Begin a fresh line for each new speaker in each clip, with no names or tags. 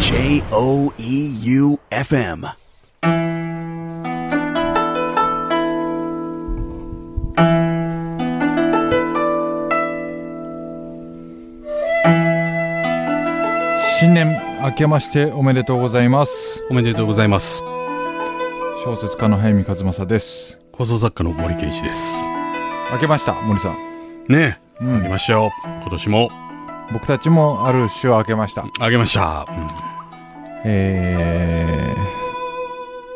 J O E U F M.
新年明けましておめでとうございます
おめでとうございます
小説家の早見和正です
放送作家の森健一です
明けました森さん
ねえ、
うん
あげましたよ今年も
僕たちもある種を明けました
あげました、うん
え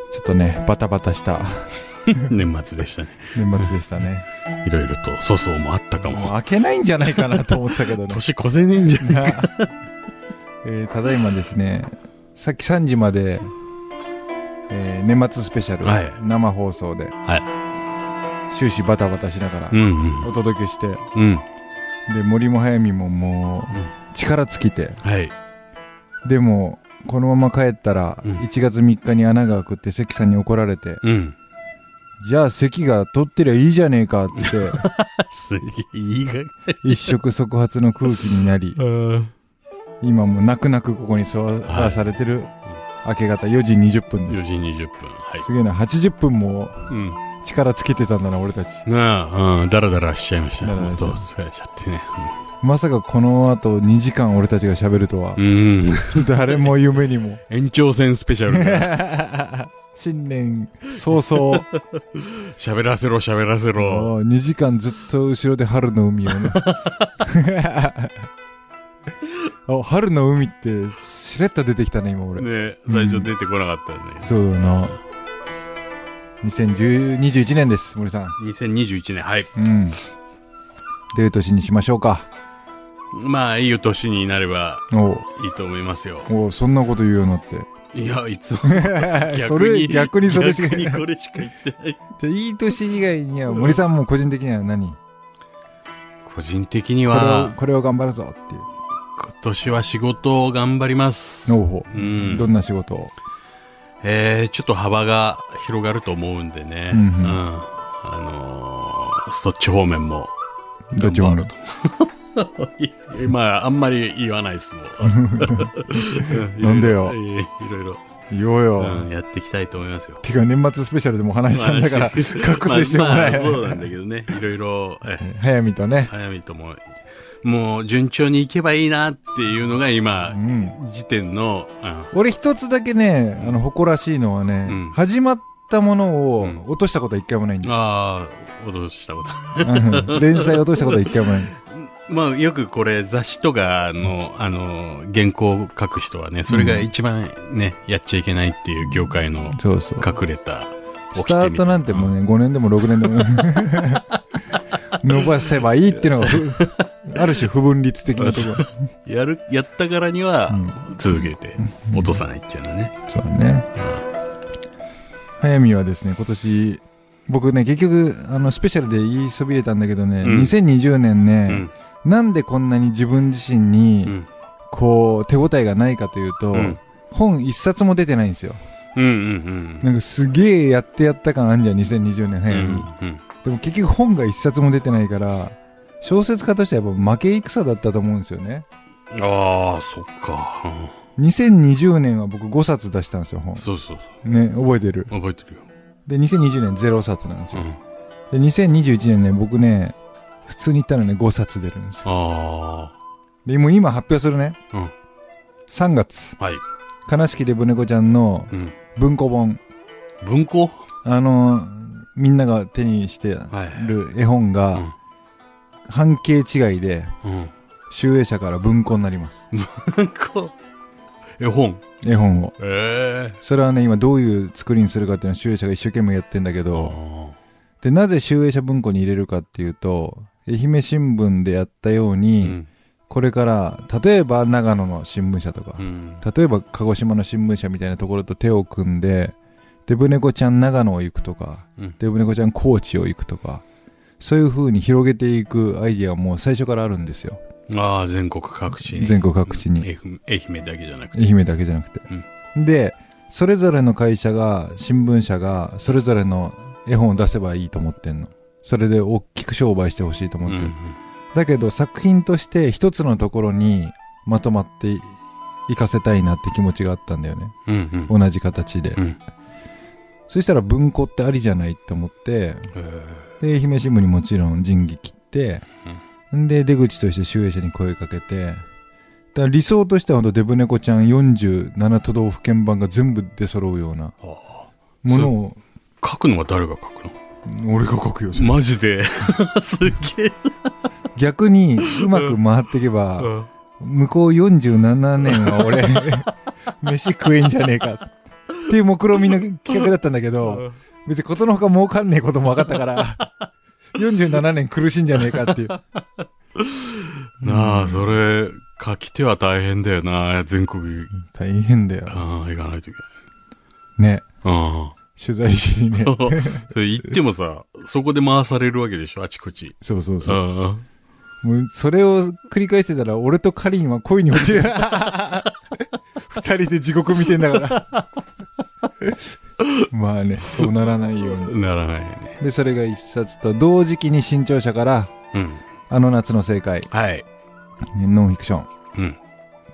ー、ちょっとねバタバタした
年末でしたね
年末でしたね
いろいろと粗相もあったか
もう
も
明けないんじゃないかなと思ってたけ どね、
年越せねえんじゃん
えーただいまですねさっき3時まで、えー年末スペシャル、
はい
生放送で、終始バタバタしながら
うん
お届けして、
うんうん
で森も早見もも
うん
う力尽きて
はい
でもこのまま帰ったら
うん
1月3日に穴が開くって関さんに怒られて、
うん
じゃあ関が取ってりゃいいじゃねえかって
すげえいいが
一触即発の空気になり
うん
今も泣く泣くここに座らされてる明け方4時20分で
4
す、
時20分はい
すげえな80分も
うん
力つけてたんだな俺たち
なあうんダラダラしちゃいましたね
ダラダラしちゃ
ほ
うん
と疲れちゃってね
まさかこの後2時間俺たちが喋る とは
うん
誰も夢にも
延長戦スペシャルで
新年早々
喋らせろ喋らせろ
もう2時間ずっと後ろで春の海をね あ春の海ってしれっと出てきたね今俺、
ね最初出てこなかったね
そうだな2021年です森さ
2021年はい
んうんという年にしましょうか
まあいい年になれば
おう
いいと思いますよ。
おうそんなこと言うようになって
いや、いつも
それ逆にそれしか
逆に
じゃ
これしか言ってない。
あいい年以外には森さんも個人的には何こ
個人的に
れを
は、
これを頑張るぞっていう
今年は仕事を頑張ります。
おうほ
う
うんどんな仕事を
えー、ちょっと幅が広がると思うんでね。
うんうん
あのーそっち方面も。
どっちもあると
いまあ、あんまり言わないですもん。
なんで よ
いろいろいろいろ、
言おうよ、
うん、やっていきたいと思います よ。
てか年末スペシャルでもお話ししたんだから
まあ
隠す必要もない、
まあまあそうなんだけどね。いろいろ、え
早見とね、
早見とも、もう順調にいけばいいなっていうのが今、
うん、
時点の、うん
俺一つだけねあの誇らしいのはね、
うん
始まったものを
うん
落としたことは一回 もないんだよ、
ああ、脅したこと。
うん連載落としたことは一回もない
まあ、よくこれ雑誌とかの、あの、原稿を書く人はね、それが一番ね、やっちゃいけないっていう業界の
そうそう
隠れた、
スタートなんてもうね5年でも6年でも 伸ばせばいいっていうの がふある種不分律的なところ
う。やる、やったからには
ん、
続けて、落とさないっていうのね。
そうだね。早見はですね、今年、僕ね、結局、あの、スペシャルで言いそびれたんだけどね、
うん
2020年
う
ね
ん、。
なんでこんなに自分自身
う
に、
ん。
こう、手応えがないかというと、
うん
本一冊も出てないんですよ。
うんうん
なんかすげえやってやった感あんじゃん、
う
2020年
ん。う
早見。
んうん。
でも結局本が一冊も出てないから、小説家としてはやっぱ負け戦だったと思うんですよね。
ああ、そっか。うん
2020年は僕5冊出したんですよ、本。
そうそう
ね、覚えてる。
そう。覚えてるよ。
で、2020年0冊なんです
う
よ。
ん。
で2021年ね僕ね普通に言ったらね5冊出るんですよ
あ
でもう今発表するね、
うん
3月
あ、はい。
悲しきデブ猫ちゃんの
うん。
文庫本
文庫
あのーみんなが手にして
はい。
る絵本
う
が
ん
半径違いで
うん。
集英社から文庫になります
文庫絵本。
絵本を
ええ。
それはね今どういう作りにするかっていうのは集英社が一生懸命やってんだけ
あ
どでなぜ集英社文庫に入れるかっていうと愛媛新聞でやったよう
ーう
に、
ん。
これから例えば長野の新聞社とか、
うん。
例えば鹿児島の新聞社みたいなところと手を組んでデブ猫ちゃん長野を行くとか
うん
デブ猫ちゃん高知を行くとかそういう風に広げていくアイディアも最初からあるんですよ
ああ、全国各地に。
全国各地に
えふ愛媛だけじゃなくて。
愛媛だけじゃなくて、でそれぞれの会社が新聞社がそれぞれの絵本を出せばいいと思ってんのそれで大きく商売してほしいと思
う
ってる、
ん
だけど作品として一つのところにまとまって行かせたいなって気持ちがあったんだよね。
うんうん。
同じ形で。
うん
そしたら文庫ってありじゃないって思って、
え
で、愛媛新聞にもちろん仁義切って、ん、で、出口として集英社に声かけて、だから理想としてはほんとデブ猫ちゃん47都道府県版が全部出揃うような
ーあ
ものを、
ー書くのは誰が書くの
俺が書くよ。それ
マジで すげえ。
逆に、うまく回ってい けば、向こう47年は俺、 飯食えんじゃねえか。っていう目論見みの企画だったんだけど、別にことのほか儲かんねえことも分かったから、47年苦しいんじゃねえかっていう。
なあ、それ、書き手は大変だよな。全国、
大変だよ。
ああ、行かないといけない。
ね。
ああ。
取材しにね。
それ行ってもさ、そこで回されるわけでしょ、あちこち。
そうそうそう。
あ
もうそれを繰り返してたら、俺とカリンは恋に落ちる。 二人で地獄見てんだから。まあね、そうならないよう
あ。
に。
ならないよね。
で、それが一冊と、同時期に新潮社から、
うん。
あの夏の正解、
はい。
ノンフィクション。
うん。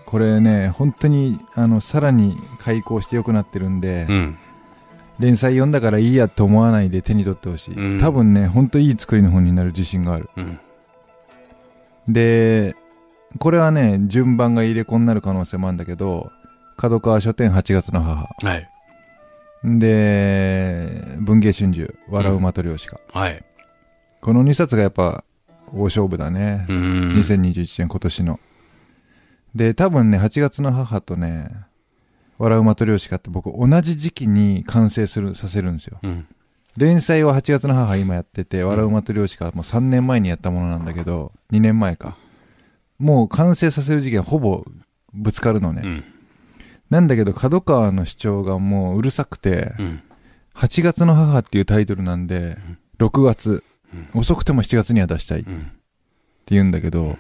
これね、本当に、あの、さらに開講して良くなってるんで、
うん。
連載読んだからいいやと思わないで手に取ってほしい。
うん
多分ね、本当いい作りの本になる自信がある。
うん。
で、これはね、順番が入れ子になる可能性もあるんだけど、角川書店8月の母。
はい。
で、文芸春秋、笑うマトリョーシカ。
はい。
この2冊がやっぱ、大勝負だね
う。ん。
2021年今年の。で、多分ね、8月の母とね、笑うマトリョーシカって僕同じ時期に完成する、させるんですよ。
うん。
連載は8月の母今やってて、笑うマトリョーシカはもう3年前にやったものなんだけど、2年前か。もう完成させる時期はほぼぶつかるのね。
うん。
なんだけど、角川の主張がもううるさくて、
うん。
8月の母っていうタイトルなんで、6月、遅くても7月には出したいって
うん。
言うんだけど、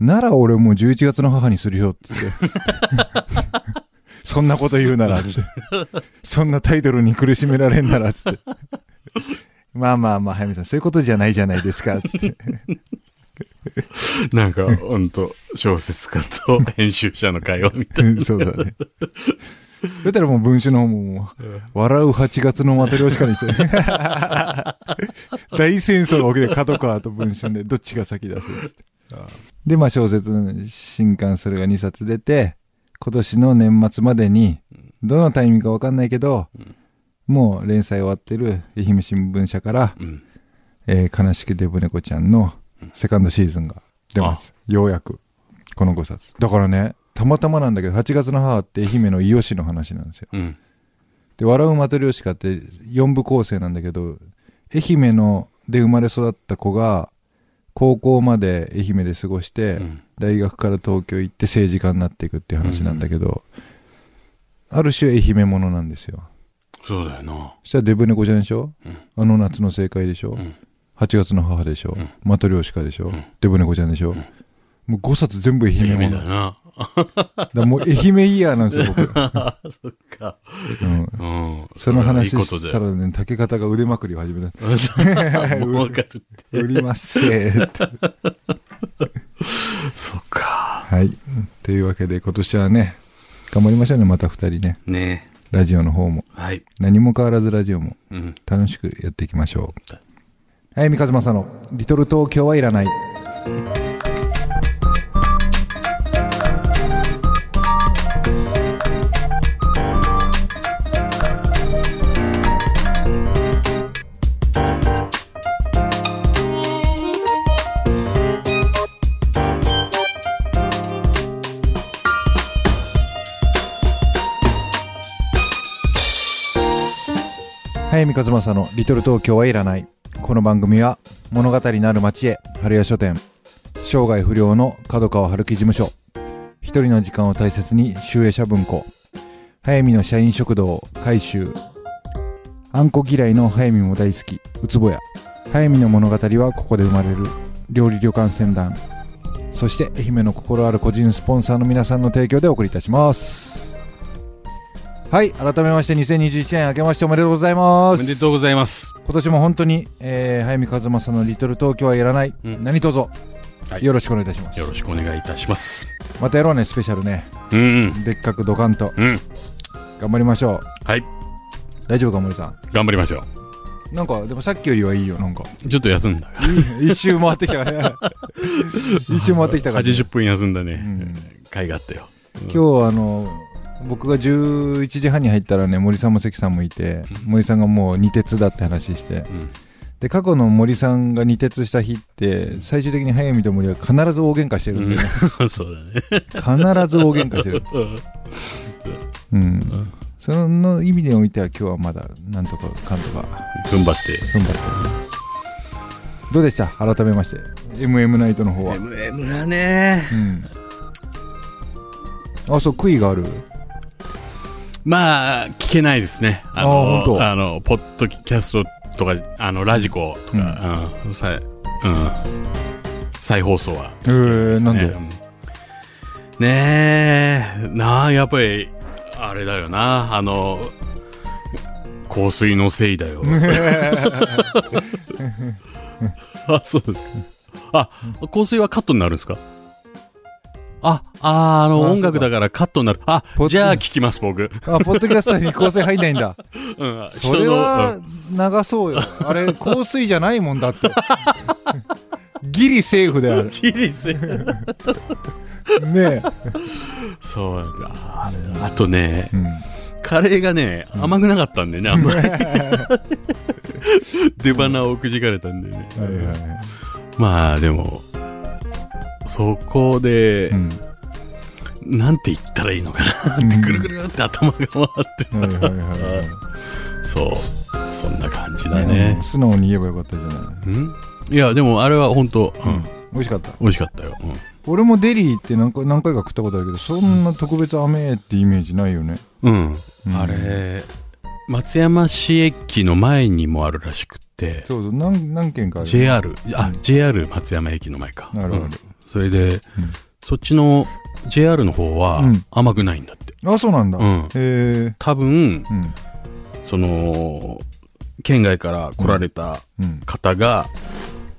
なら俺もう11月の母にするよって言って。 そんなこと言うならって。そんなタイトルに苦しめられんならっつって。まあまあまあ、早見さん、そういうことじゃないじゃないですか、つって。
なんか、ほんと、小説家と編集者の会話みたいな。
うん そうだね。だったらもう文春の方ももう、笑う8月のマトリョーシカにして、 大戦争が起きる角川と文春で、どっちが先だそうですって。で、まあ小説、新刊それが2冊出て、今年の年末までに、どのタイミングかわかんないけど、もう連載終わってる愛媛新聞社から、
うん。
えー悲しきデブ猫ちゃんのセカンドシーズンが出ます。ようやく。この5冊。だからね、たまたまなんだけど、8月の母って愛媛の伊予市の話なんですよ。
うん。
で、笑うマトリョーシカって4部構成なんだけど、愛媛ので生まれ育った子が、高校まで愛媛で過ごして、
うん
大学から東京行って政治家になっていくっていう話なんだけど、ある種愛媛ものなんですよ。
そうだよな。
そしたらデブ猫ちゃんでしょ、あの夏の正解でしょ、
ん
8月の母でしょ、
ん
マトリョーシカでしょ、
ん
デブ猫ちゃんでしょ、もう5冊全部愛
愛
媛も
媛
の。
だ
だか
な。
らもう愛媛イヤーなんですよ、僕。
あ、そっか。
うん、
うん。
その話
れはいいこと
し
で
たらね、竹方が腕まくりを始めた。
もうわかるって。
売りませんって。
そっか。
はい。というわけで今年はね、頑張りましょうね、また2人ね。
ね
ラジオの方も。
え。はい。
何も変わらずラジオも
うん。
楽しくやっていきましょう。はい、三和正の、リトル東京はいらない。早見和正の「リトル東京はいらない」この番組は物語のある街へ春屋書店生涯不良の角川春樹事務所一人の時間を大切に集英社文庫早見の社員食堂改修あんこ嫌いの早見も大好きうつぼや早見の物語はここで生まれる料理旅館船団そして愛媛の心ある個人スポンサーの皆さんの提供でお送りいたしますはい改めまして2021年明けましておめでとうございま
お
す
めでとうございます。
今年も本当に、えー、早見和正の「リトル東京はいらない」
うん
何卒
はい
よろしくお願いいたします
よろしくお願いいたします。
またやろうねスペシャルね
うん
でっかくドカンと
うん。うん。
頑張りましょ
はい。
う大丈夫か森さ
頑張りましょ
んなんかでもさっきよりはいいよなんか
う。ちょっと休んだ。
一周回ってき たからね一周回ってきたから、ね、
80分休んだね。
ん
会があったよ。
今日あの僕が11時半に入ったらね森さんも関さんもいて森さんがもう二鉄だって話して
うん。
で過去の森さんが二鉄した日って最終的に早見と森は必ず大喧嘩してるんで、ね、
そうだね。
必ず大喧嘩してるうんその意味においては今日はまだなんとかかんとか
踏ん張って。
踏ん張ってるどうでした改めまして MM ナイトの方は、
MM がね。
うん、あそう悔いがある
まあ、聞けないですね。あ
あ本
の、
当
あの、ポッドキャストとか、あの、ラジコとか、うん。さうん。再放送は。
えー、なんで
ねうんねえ、なあ、やっぱり、あれだよな、あの、香水のせいだ よ。あ、そうですか。あ、香水はカットになるんですかあ、あー、あの、
あ
音楽だからカットになる。あ
ポッ、ド
じゃあ聞きます、僕。
あポッドキャストに香水入んないん だ
うん、
それは流そうよあれ香水じゃないもんだってギリセーフである
人の、うん、キリセ
ね
そうなんだ。ああとね
え、、うん、
カレーがね、甘くなかったんだよね、あんまり。 出花をくじかれたんだよね。
はいはいはい
まあでも、そこで
う、ん
なんて言ったらいいのかなって、ぐるぐるって頭が回って、
はいはいはいはい
そう、そんな感じだね
うん。素直に言えばよかったじゃない
うんいや、でもあれは本当、うん、
美味しかった
美味しかったよ。うん
俺もデリーって何回何回か食ったことあるけどそんな特別甘えってイメージないよね
うん。
うん
あれ、松山市駅の前にもあるらしくって、
そうそう何何軒かある
JR、あ、JR 松山駅の前か。
なるほ
う
ど
んそれで、
うん
そっちの JR の方は
うん
甘くないんだって。
あそうなんだ、
うん
へえ
多分、
うん
その、県外から来られた
うん
方が、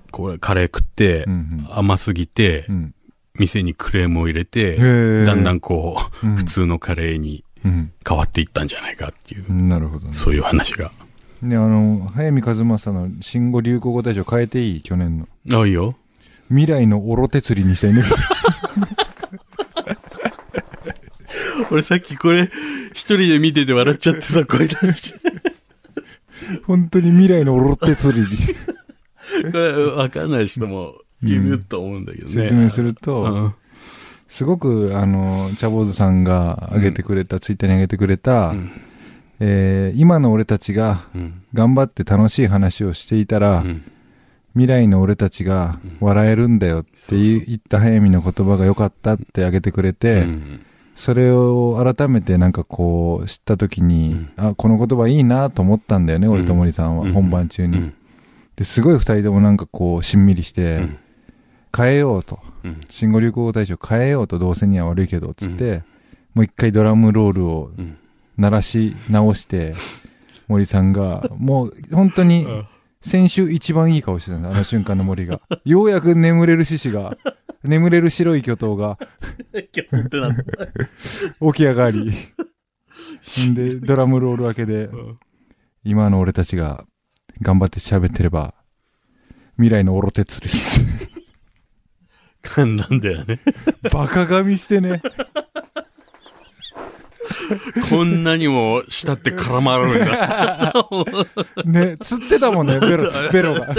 これカレー食って
う、ん
甘すぎて
う、ん
店にクレームを入れて、
へえ
だんだんこう、
うん
普通のカレーに
うん
変わっていったんじゃないかっていう、
うんなるほどね
そういう話が。
ねあの早見和正の新語・流行語大賞変えていい去年の
あ、いいよ。
未来のオロテ釣りにしたいね
俺さっきこれ、一人で見てて笑っちゃってさ、こういう話。こ
本当に未来のオロテ釣りに
れ、わかんない人もいると思うんだけどね。
説明すると、
うん
すごくあの茶坊主さんが上げてくれた、ツイッターに上げてくれた、
ん
えー今の俺たちが
うん。
頑張って楽しい話をしていたら、
うん。
未来の俺たちが笑えるんだよっていう言った早見の言葉が良かったってあげてくれて、
うん
それを改めてなんかこう知った時に、あこの言葉いいなと思ったんだよね、俺と森さんは、
うん
本番中
う
に、
ん。
ですごい二人ともなんかこうしんみりして、
うん
変えようと
うん
新語・流行語大賞変えようとどうせには悪いけどっつって、もう一回ドラムロールを
うん。
鳴らし直 して、森さんが、もう本当に
ん、
先週一番いい顔してたんです、あの瞬間の森 が。ようやく眠れる獅子が、眠れる白い巨頭が
今日ってなった。
起き上がり、んで、ドラムロール明けで、今の俺たちが頑張って喋ってれば、未来のオロテツリ ー
噛んだんだよね。
バカ髪してね。
こんなにも舌って絡まるんだ。
ね、釣ってたもんね、ベロ、ベロが。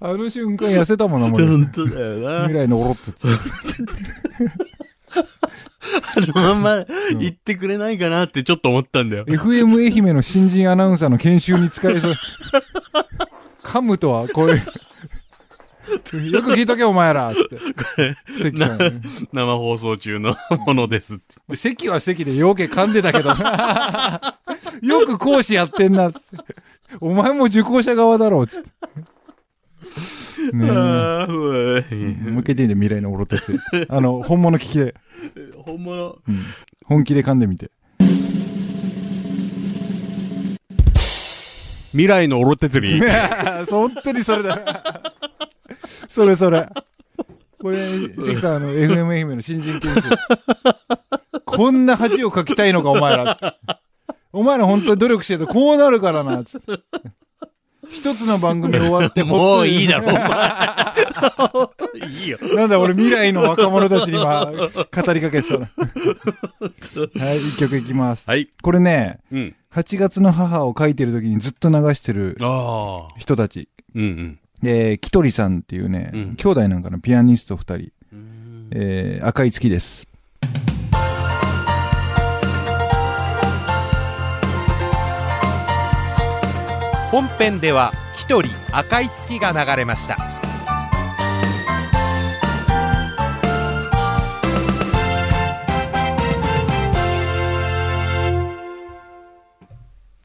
あの瞬間痩せたもんな、森。
本当だよ
未
な。
来のオロップつって
あのあんま言ってくれないかなってちょっと思ったんだよ。
FM 愛媛の新人アナウンサーの研修に使えそう。噛むとは、こういう。よく聞いとけ、お前らつって。関さんね。
生放送中のものですって。
関は関でよけ噛んでたけど。よく講師やってんな、つって。お前も受講者側だろ、つって。ねえ。
ああ、う
向けてみて、未来の オロテツ。あの、本物聞きで、
え本物。
本気で噛んでみて。
未来のオロテツリー。
そう本当にそれだ。 それそれ。これ、関さん、あの、FM 愛媛の新人研修。こんな恥をかきたいのか、お前ら。お前ら本当に努力してるとこうなるからな、つって一つの番組終わって、
もういい
な。
だろ、お前。いいよ。
なんだ、俺未来の若者たちに今、語りかけて たな。はい、一曲いきます。
はい。
これね、
うん。
8月の母を書いてる時にずっと流してる
ああ。
人たち。
うん
で、キトリさんっていうね、
うん
兄弟なんかのピアニスト2人、
うん。
えー赤い月です。
本編では一人赤い月が流れました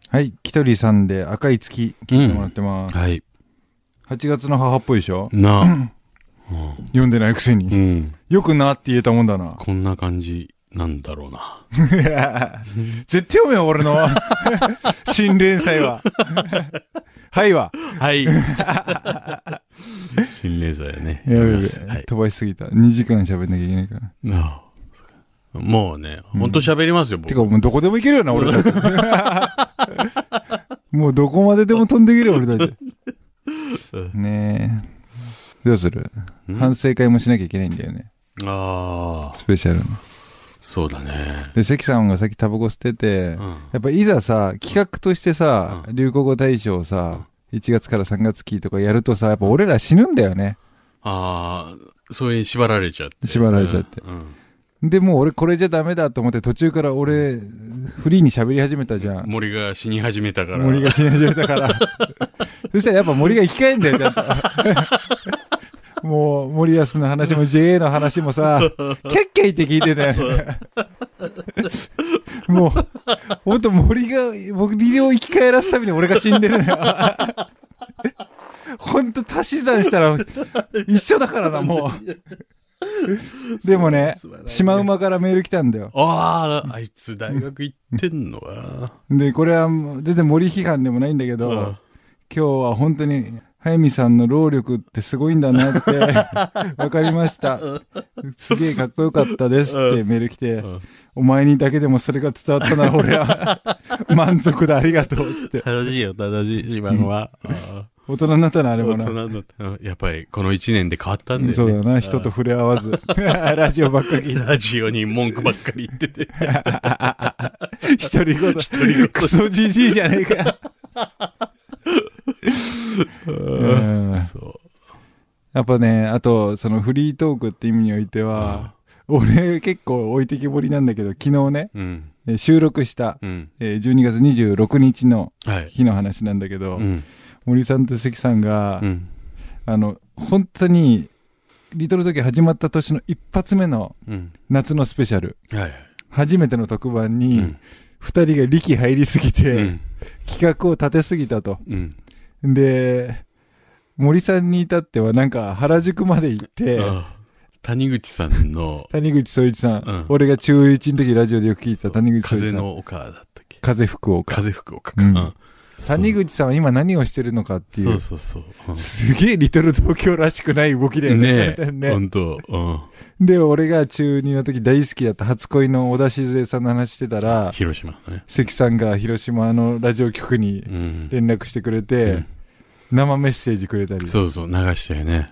はい、キトリさんで赤い月聞いてもらってます。
はい。
8月の母っぽいでしょ
なあ。
読んでないくせに。
うん。
よくなって言えたもん だな。
こんな感じなんだろうな。
絶対読めよ、俺の。新連載 は。はいは。
はい。 新連載ね。
やべ
り
や
ますは
べ
い。
飛ばしすぎた。2時間喋んなきゃいけないから。
ああそうかもうね、ほんと喋りますよ、
て
僕。
か、もうどこでも行けるよな、俺 たち。もうどこまででも飛んでいけるよ、俺たち。ねえ。どうする
ん
反省会もしなきゃいけないんだよね。
ああ、
スペシャルの。
そうだね。
で、関さんがさっきタバコ吸ってて、
うん。
やっぱいざさ、企画としてさ、
う
流行語大賞をさ、1月から3月期とかやるとさ、やっぱ俺ら死ぬんだよね。
ああ、それに縛られちゃって。
縛られちゃって
うん。
で、もう俺これじゃダメだと思って途中から俺、フリーに喋り始めたじゃ
うん
ん。
森が死に始めたから。
森が死に始め たから。そしたらやっぱ森が生き返んだよ、ちゃんと。もう、森安の話も JA の話もさ、キャッキャ言って聞いてたよね。もう、ほんと森が、僕、リレーを生き返らすために俺が死んでるのよ。ほんと足し算したら、一緒だからな、もう。でもね、シマウマからメール来たんだよ。
ああ、あいつ大学行ってんのかな。
で、これはもう全然森批判でもないんだけど、
うん
今日は本当に、早見さんの労力ってすごいんだな って、わかりました。すげえかっこよかったですってメール来て
ん、
お前にだけでもそれが伝わった なら俺は満足だ、ありがとうっつって。
正しいよ、正しい、島のは。あ
大人になったな、あれ
あ
も
大
な。
人になったうんやっぱり、この一年で変わったんだよね。
そうだな、人と触れ合 わず。ラジオばっかり、
ラジオに文句ばっかり言ってて。
一人ごと。
独り言
クソじじいじゃねえ か。うん
そ
やっぱね、あと、そのフリートークって意味においては、俺結構置いてきぼりなんだけど、昨日ね、
う。うん。
えー収録した、
うん。
えー12月26日の
はい。
日の話なんだけど、
うん。
森さんと関さんが、
うん。
あの、本当に、リトル時始まった年の一発目の
うん。
夏のスペシャル、
はい。
初めての特番
う
に、
ん。
二人が力入りすぎて、
うん。
企画を立てすぎたと。
うん。
で、森さんに至ってはなんか原宿まで行って、
ああ谷口さんの
谷口総一さん,、
うん
俺が中1の時ラジオでよく聞いてた谷口総一
風
さん。
の丘だったっけ
風福岡。
風福岡
う
か。
ん
うん
谷口さんは今何をしてるのかっていう。
そうそうそう。
すげえリトル東京らしくない動きだ
う
よ
ん
ね
ね。
ね
え。ほんと。う
で、俺が中2の時大好きだった初恋の小田静江さんの話して
ん
たら、
広島のね。
関さんが広島のラジオ局に
うん。
連絡してくれて、
うん
生メッセージくれたり。
そうそう、流したよね。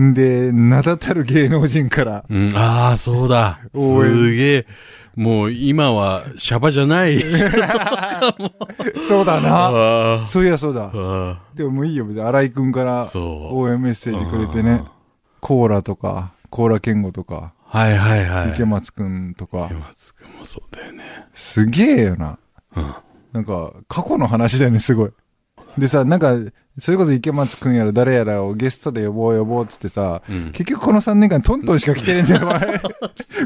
んで、名だたる芸能人から、
うん、ああ、そうだ。
応援
すげえ。もう今は、シャバじゃ ない。
そうだな。
あ
そういやそうだ。
あ。
でももういいよ、別に荒井くんから
そう
応援メッセージくれてね。コーラとか、コーラ健吾とか、
はいはいはい。
池松くんとか
池、松くんもそうだよね。
すげえよな。
うん。
なんか、過去の話だよね、すごい。でさ、なんか、それこそ池松くんやら誰やらをゲストで呼ぼう呼ぼうっつってさ、
うん
結局この3年間トントンしか来てねえんだよ、お 前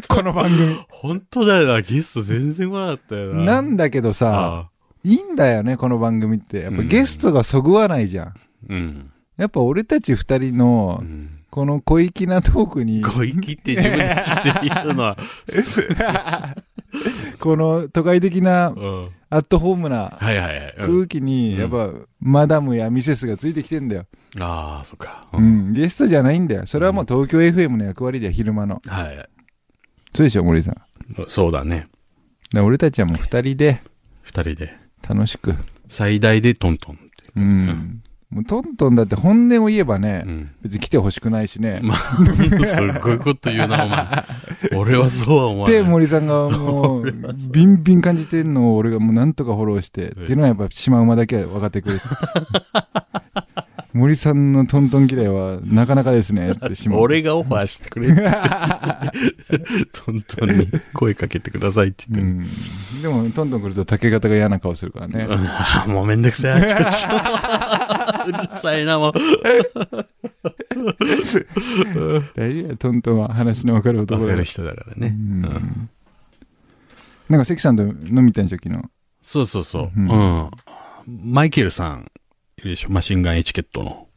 この番組。
本当だよな、ゲスト全然来なかったよな。
なんだけどさ、
ああ
いいんだよね、この番組って。やっぱゲストがそぐわないじゃん。
うん。
やっぱ俺たち二人の
う、ん。
この小粋なトークに、
ご意気って自分で知って言うのは、
この都会的な
うん。
アットホームな
はいはいはい。うん
空気に、やっぱ、マダムやミセスがついてきてんだよ。
ああ、そっか。
う。ん、ゲストじゃないんだよ。それはもう東京 FM の役割だよ、昼間の。
はい。
そうでしょ、森さん。だか
そうだね。
ら俺たちはもう二人で
二人で。
楽しく。
最大でトントンって。
うん。もうトントンだって本音を言えばね、
うん。
別に来てほしくないしね。
まあ、すっごいこと言うな、お前。俺はそうは思わ
で、
ない。
森さんがもう、ビンビン感じてんのを俺がもうなんとかフォローして、っていうのはやっぱシマウマだけは分かってくれ る。森さんのトントン嫌いはなかなかですねってシマウマ
俺がオファーしてくれって言 って。トントンに声かけてくださいって
う
言って。
ん。でも、トントン来ると竹型が嫌な顔するからね。
ああ、もうめんどくさい。あちこちうるさいな、もう。
大丈夫トントンは話の分かる男
わ
だ
か
から
る人だからね。
うん
うん
なんか関さんと飲みたいんでしょ、昨日。
そうそうそう。
う
うんん。マイケルさん、いるでしょ、マシンガンエチケットの。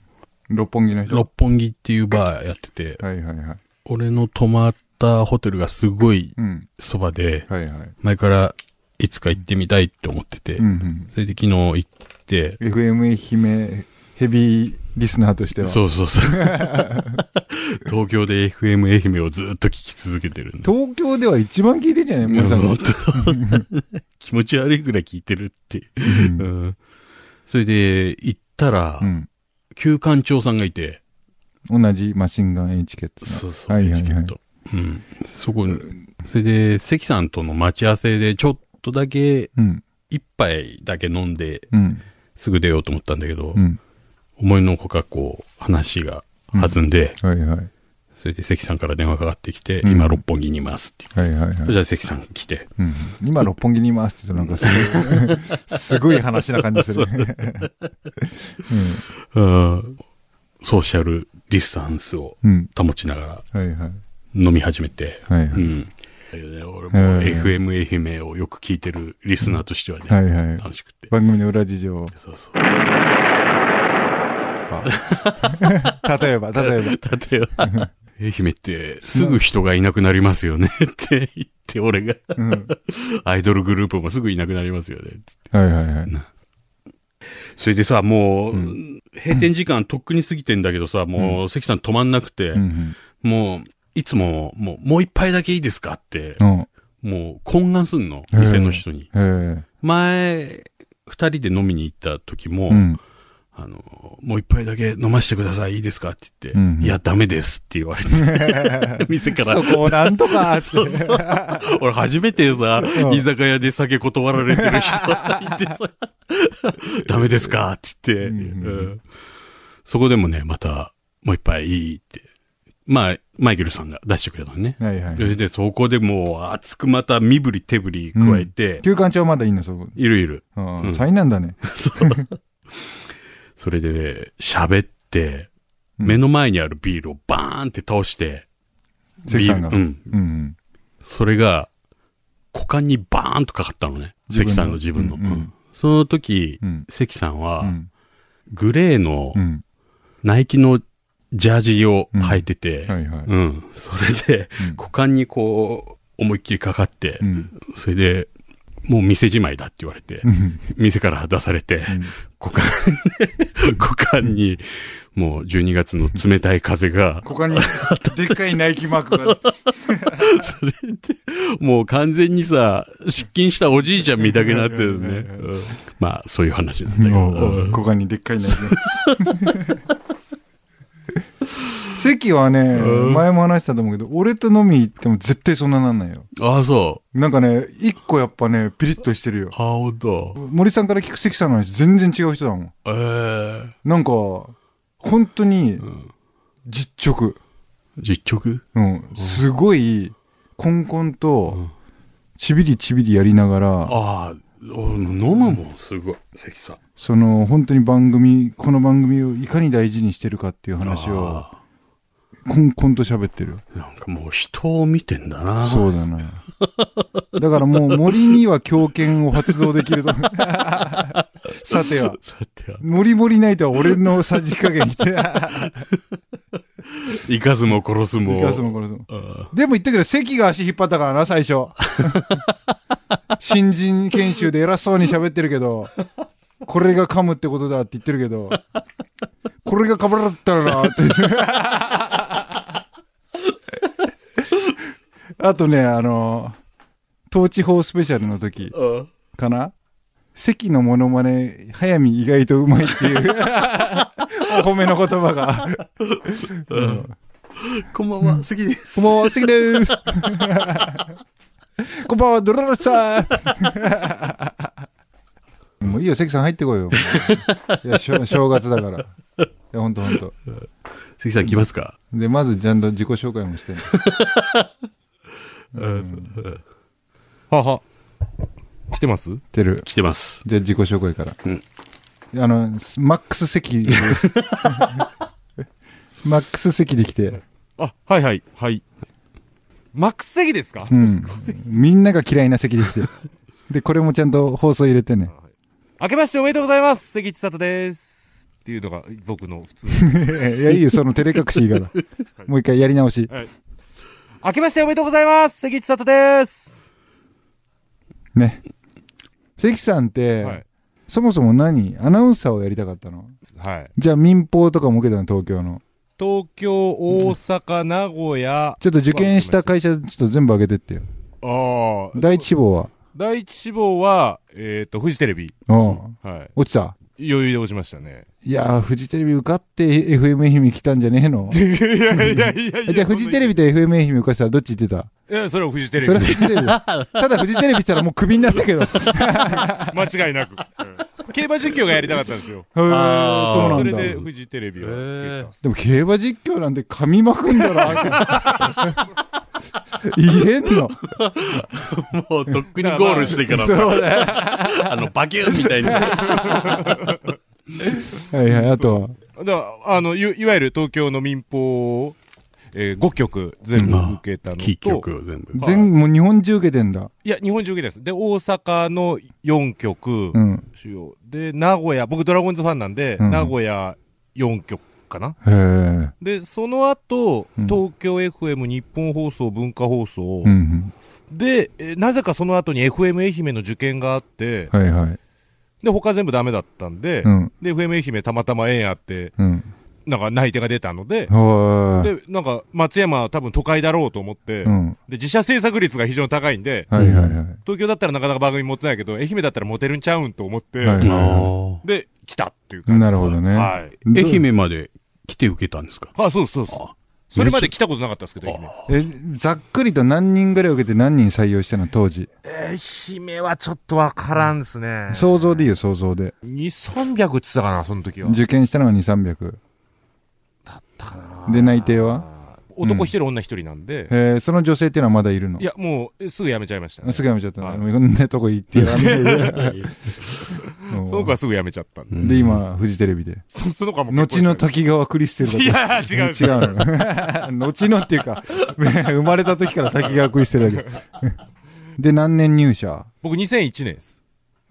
六本木の人。
六本木っていうバーやってて、
はいはいはい。
俺の泊まったホテルがすごい
うん。
そばで、
はいはい。
前からいつか行ってみたいって思ってて、
うん
それで昨日行って、
うん。FM 愛媛ヘビーリスナーとしては。
そうそうそう。 東京で FM 愛媛をずっと聞き続けてるんで。
東京では一番聞いてんじゃない
いや
森さん
ほん。
が
と 気持ち悪いくらい聞いてるっていうう。
ん
うんそれで行ったら、
うん。
旧館長さんがいて、
同じマシンガンエチケットの。
そうそう、
はいはいはい
エチケット。うん。そこに、それで、関さんとの待ち合わせで、ちょっとだけ、
うん。
一杯だけ飲んで、
うん。
すぐ出ようと思ったんだけど、
うん。
思いのほかこう、話が弾んで、
はいはい。
それで関さんから電話かかってきて、
うん
今六本木にいますって言って
はいはい
それ
はい。
じゃあ関さん来て、
うん、今、六本木にいますって言うと、なんか すごい、すごい話な感じするね。
うんソーシャルディスタンスを
うん。うん。
保ちながら
はいはい。
飲み始めて、
はいは
う
い。
ん。だよね俺も
うん
FM 愛媛をよく聞いてるリスナーとしてはね、
はいはい。
楽しくて。
番組の裏事情を。
そうそう。
例えば、例えば。
例えば、 愛媛ってすぐ人がいなくなります よねって言って、俺が、
うん。
アイドルグループもすぐいなくなりますよね。
はいはいはい。
それでさ、もう、
うん
閉店時間とっくに過ぎてんだけどさ、もう、関さん止まんなくて、
うん
もう、いつも、もう、もう一杯だけいいですかって
う、ん。うん。
もう、懇願すんの、
へえ
店の人に。
へ
前、二人で飲みに行った時も、
え。うん。
あの、もう一杯だけ飲ませてください、いいですかって言って、
うんうん
いや、ダメですって言われて、 店から
そこをなんとかって。
俺初めてさ
うん、
居酒屋で酒断られてる人い てさ、ダメですかって言って、
うん
うんそこでもね、また、もう一杯いいって。まあ、マイケルさんが出してくれたのね。
はいはい
そ。れで、そこでもう、熱くまた身振り手振り加えて、
休館長まだいいの、そこ。
いるい る。
うん
うん
災難だね。
それで、ね、喋って、
うん
目の前にあるビールをバーンって倒して、
関さんが。
ビールうん。
うん。
それが、股間にバーンとかかったのね。
自分の
関さんの自分の。
うんうん
うんその時、
うん。
関さん
う
は、
ん。
グレーの
うん。
ナイキのジャージを履いてて、
はいはい。
うん。それで、
うん
股間にこう、思いっきりかかって、
うん。
それで、もう店じまいだって言われて
う、ん。
店から出されて、股間、 股間に、もう12月の冷たい風が、
ここに、でっかいナイキマークが。
それで、もう完全にさ、失禁したおじいちゃん見たくなってるね。うんまあ、そういう話なんだけど。うん
ここにでっかい ナイキマーク。関はね、
うん
前も話したと思うけど、俺と飲み行っても絶対そんななんないよ。
ああ、そ
なんかね、一個やっぱね、ピリッとしてるよ
う。。ああ、ほんと。
森さんから聞く関さんの話、全然違う人だもん。
ええ
なんか、本当に
ん、
実直。
実直
うん。すごい、コンコン
う
と
ん、
ちびりちびりやりながら、
ああ、お飲むもん、すごい。関さん。
その、本当に番組、この番組をいかに大事にしてるかっていう話を、
あ
コンコンと喋ってる。
あ。なんかもう人を見てんだな。
そうだな。だからもう森には狂犬を発動できると。さては。
さては、
森森ナイトは俺のさじ加減にて。
生かずも殺すも。
いかすも殺すも。
ああ
でも言ったけど、関が足引っ張ったからな、最初。新人研修で偉そうに喋ってるけど、これが噛むってことだって言ってるけど、これがかぶらったらなって。あとね、あの、統治法スペシャルの時
うん
かな関のモノマネ、早見意外とうまいっていう、お褒めの言葉が。うん
こんばんは、好きです。
こんばんは、杉です。こんばんは、ドロロさん。 もういいよ、関さん入ってこいよ。もういや、しょ正月だから。いや、ほんとほんと。
関さん来ますか
で、まずちゃんと自己紹介もして。
うん
はは。来てます
てる。
来てます。
じゃあ自己紹介から。あの、スマックス席 で。マックス席で来て。
あ、はいはい、はい。
マックス席ですか
うん。みんなが嫌いな席で来て。で、これもちゃんと放送入れてね。
明けましておめでとうございます関地里です。っていうのが僕の普 通。
いや、いいよ、その照れ隠しいいから。もう一回やり直し。
明けましておめでとうございます関地里です。
ね。関さんって、
はい。
そもそも何アナウンサーをやりたかったの
はい。
じゃあ民放とかも受けたの東京の。
東京、大阪、名古屋。
ちょっと受験した会社、ちょっと全部上げてってよ。
ああ。
第一志望は。
第一志望は、えっ、と、フジテレビ。
うん。
はい。
落ちた。
余裕で落ちましたね。
いやー、フジテレビ受かって FM 愛媛来たんじゃねえの
いやいやいやいや
えじゃあフジテレビ
ビ。
と FM 愛媛受かしたらどっち行ってた
いや、それはフジテレ
それは
ビ。
フジテレ ビだ。ただフジテレビって言ったらもうクビになったけど。へー
間違いなく。うん競馬実況がやりたかったんですよ。
そう
あー
な
そ
ん
れ
だ。
でフジテレビを受けた。
でも競馬実況なんて噛みまくんだな。 言えんの
もう、とっくにゴールして から、
そうだよ。
あの、バキューンみたいな。
はいはい、あとは。
だからあの、いいわゆる東京の民放を、えー、5曲全部受けたのと、
キー曲を全部。
全、もう日本中受けてんだ。
いや、日本中受けたんです。で、大阪の4曲
う、ん。
主要。で、名古屋、僕ドラゴンズファンなんで、
うん
名古屋4曲かな。
へえ。
で、その後、
うん
東京 FM 日本放送、文化放送
う、ん
で、えーなぜかその後に FM 愛媛の受験があって、
うん。はいはい。
で、他全部ダメだったんで、
うん。
で、FM 愛媛たまたま縁あって、
うん。
なんか内定が出たので、
は
で、なんか、松山は多分都会だろうと思って、
い。うん。
で、自社制作率が非常に高いんで、
はいはいはい。
東京だったらなかなか番組持てないけど、愛媛だったらモテるんちゃうんと思って、
はい
あー
で、来たっていう感じ
なるほどね。
はい。
ど
愛。媛まで来て受けたんですか
あ、そうそうそう。それまで来たことなかったですけど、愛媛。
え、ざっくりと何人ぐらい受けて何人採用したの当時。
愛媛はちょっとわからんですね
想像でいいよ、想像で。
2、300ってったかな、その時は。
受験したのが2、300。で、内定は
男一人、女一人なんで、
えー、その女性っていうのはまだいるの
いや、もう、すぐ辞めちゃいました
あ
ね。
すぐやめちゃった
はい
の。いろんなとこ行ってやらない でもう
その子はすぐ辞めちゃったんで。
で、今、フジテレビで。
そその子はもう結
後
婚
の
してる。
滝川クリステルだった
いや、違う。
違うの。後のっていうか、生まれた時から滝川クリステルだけど。で、何年入社
僕2001年です。